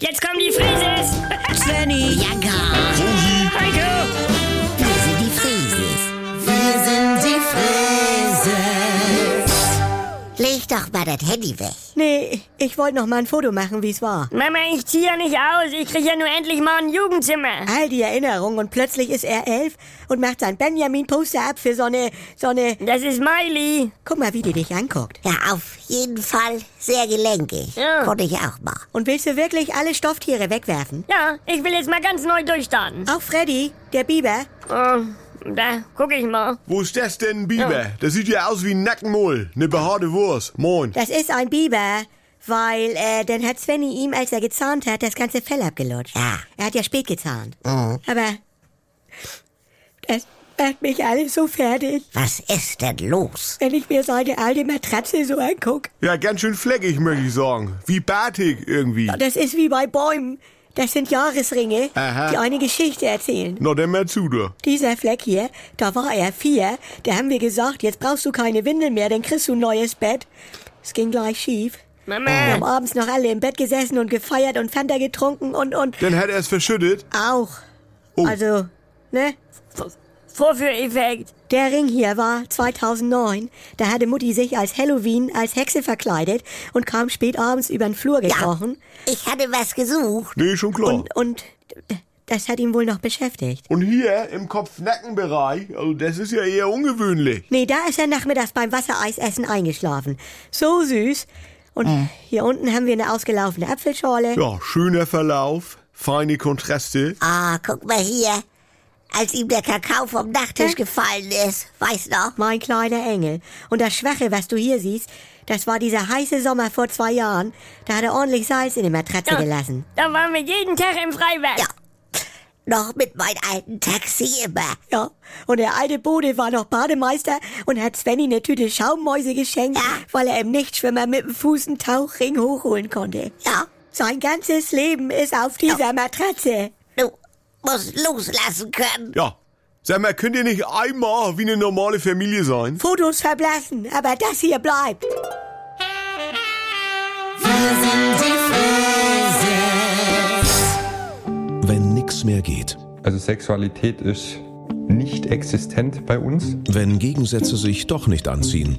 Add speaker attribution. Speaker 1: Jetzt kommen die Frises!
Speaker 2: Svenny,
Speaker 3: Ja, gar.
Speaker 1: Heiko!
Speaker 3: Wir sind die Frieses.
Speaker 2: wir sind die Frises.
Speaker 3: Leg doch mal das Handy weg.
Speaker 2: Nee, ich wollte noch mal ein Foto machen, wie es war.
Speaker 1: Mama, ich ziehe ja nicht aus. Ich kriege ja nur endlich mal ein Jugendzimmer.
Speaker 2: All die Erinnerungen und plötzlich ist er elf und macht sein Benjamin-Poster ab für so eine, so eine...
Speaker 1: Das ist Miley.
Speaker 2: Guck mal, wie die dich anguckt.
Speaker 3: Ja, auf jeden Fall sehr gelenkig.
Speaker 1: Ja.
Speaker 3: Konnte ich auch mal.
Speaker 2: Und willst du wirklich alle Stofftiere wegwerfen?
Speaker 1: Ja, ich will jetzt mal ganz neu durchstarten.
Speaker 2: Auch Freddy, der Biber?
Speaker 1: Oh, da guck ich mal.
Speaker 4: Wo ist das denn, ein Biber? Das sieht ja aus wie ein Nackenmull. Eine behaarte Wurst. Moin.
Speaker 2: Das ist ein Biber, weil äh, dann hat Svenny ihm, als er gezahnt hat, das ganze Fell abgelutscht.
Speaker 3: Ja.
Speaker 2: Er hat ja spät gezahnt. Aber das macht mich alles so fertig,
Speaker 3: Was ist denn los?
Speaker 2: wenn ich mir seine alte Matratze so angucke.
Speaker 4: Ja, ganz schön fleckig, möchte ich sagen. Wie Batik irgendwie.
Speaker 2: Das ist wie bei Bäumen. Das sind Jahresringe,
Speaker 4: Aha.
Speaker 2: die eine Geschichte erzählen.
Speaker 4: Noch immer zu, du.
Speaker 2: Dieser Fleck hier, da war er vier, da haben wir gesagt, jetzt brauchst du keine Windel mehr, dann kriegst du ein neues Bett. Es ging gleich schief. Wir haben
Speaker 1: Mama,
Speaker 2: abends noch alle im Bett gesessen und gefeiert und Fanta getrunken und, und
Speaker 4: Dann hat er es verschüttet.
Speaker 2: auch.
Speaker 4: Oh.
Speaker 2: Also, ne?
Speaker 1: Vorführeffekt.
Speaker 2: Der Ring hier war 2009. Da hatte Mutti sich als Halloween als Hexe verkleidet und kam spät abends über den Flur gekrochen.
Speaker 3: Ich hatte was gesucht.
Speaker 4: Nee, schon klar. Und,
Speaker 2: Und, und das hat ihn wohl noch beschäftigt.
Speaker 4: hier im Kopf-Nackenbereich, also das ist ja eher ungewöhnlich.
Speaker 2: Nee, da ist er nachmittags beim Wassereisessen eingeschlafen. So süß. Und hier unten haben wir eine ausgelaufene Apfelschorle.
Speaker 4: Ja, schöner Verlauf, feine Kontraste.
Speaker 3: Ah, guck mal hier. Als ihm der Kakao vom Nachttisch
Speaker 2: Hä?
Speaker 3: gefallen ist, weißt noch?
Speaker 2: Mein kleiner Engel. Und das Schwache, was du hier siehst, das war dieser heiße Sommer vor zwei Jahren. Da hat er ordentlich Salz in die Matratze gelassen.
Speaker 1: Da waren wir jeden Tag im Freibad.
Speaker 3: Ja. Noch mit meinem alten Taxi immer.
Speaker 2: Ja, und der alte Bode war noch Bademeister und hat Svenny eine Tüte Schaummäuse geschenkt,
Speaker 3: Ja.
Speaker 2: weil er im Nichtschwimmer mit dem Fuß einen Tauchring hochholen konnte.
Speaker 3: Ja.
Speaker 2: Sein ganzes Leben ist auf dieser Matratze.
Speaker 3: Du musst loslassen können.
Speaker 4: Ja. Sag mal, könnt ihr nicht einmal wie eine normale Familie sein?
Speaker 2: Fotos verblassen, aber das hier bleibt.
Speaker 5: Wenn nix mehr geht.
Speaker 6: Also Sexualität ist nicht existent bei uns.
Speaker 5: Wenn Gegensätze sich doch nicht anziehen.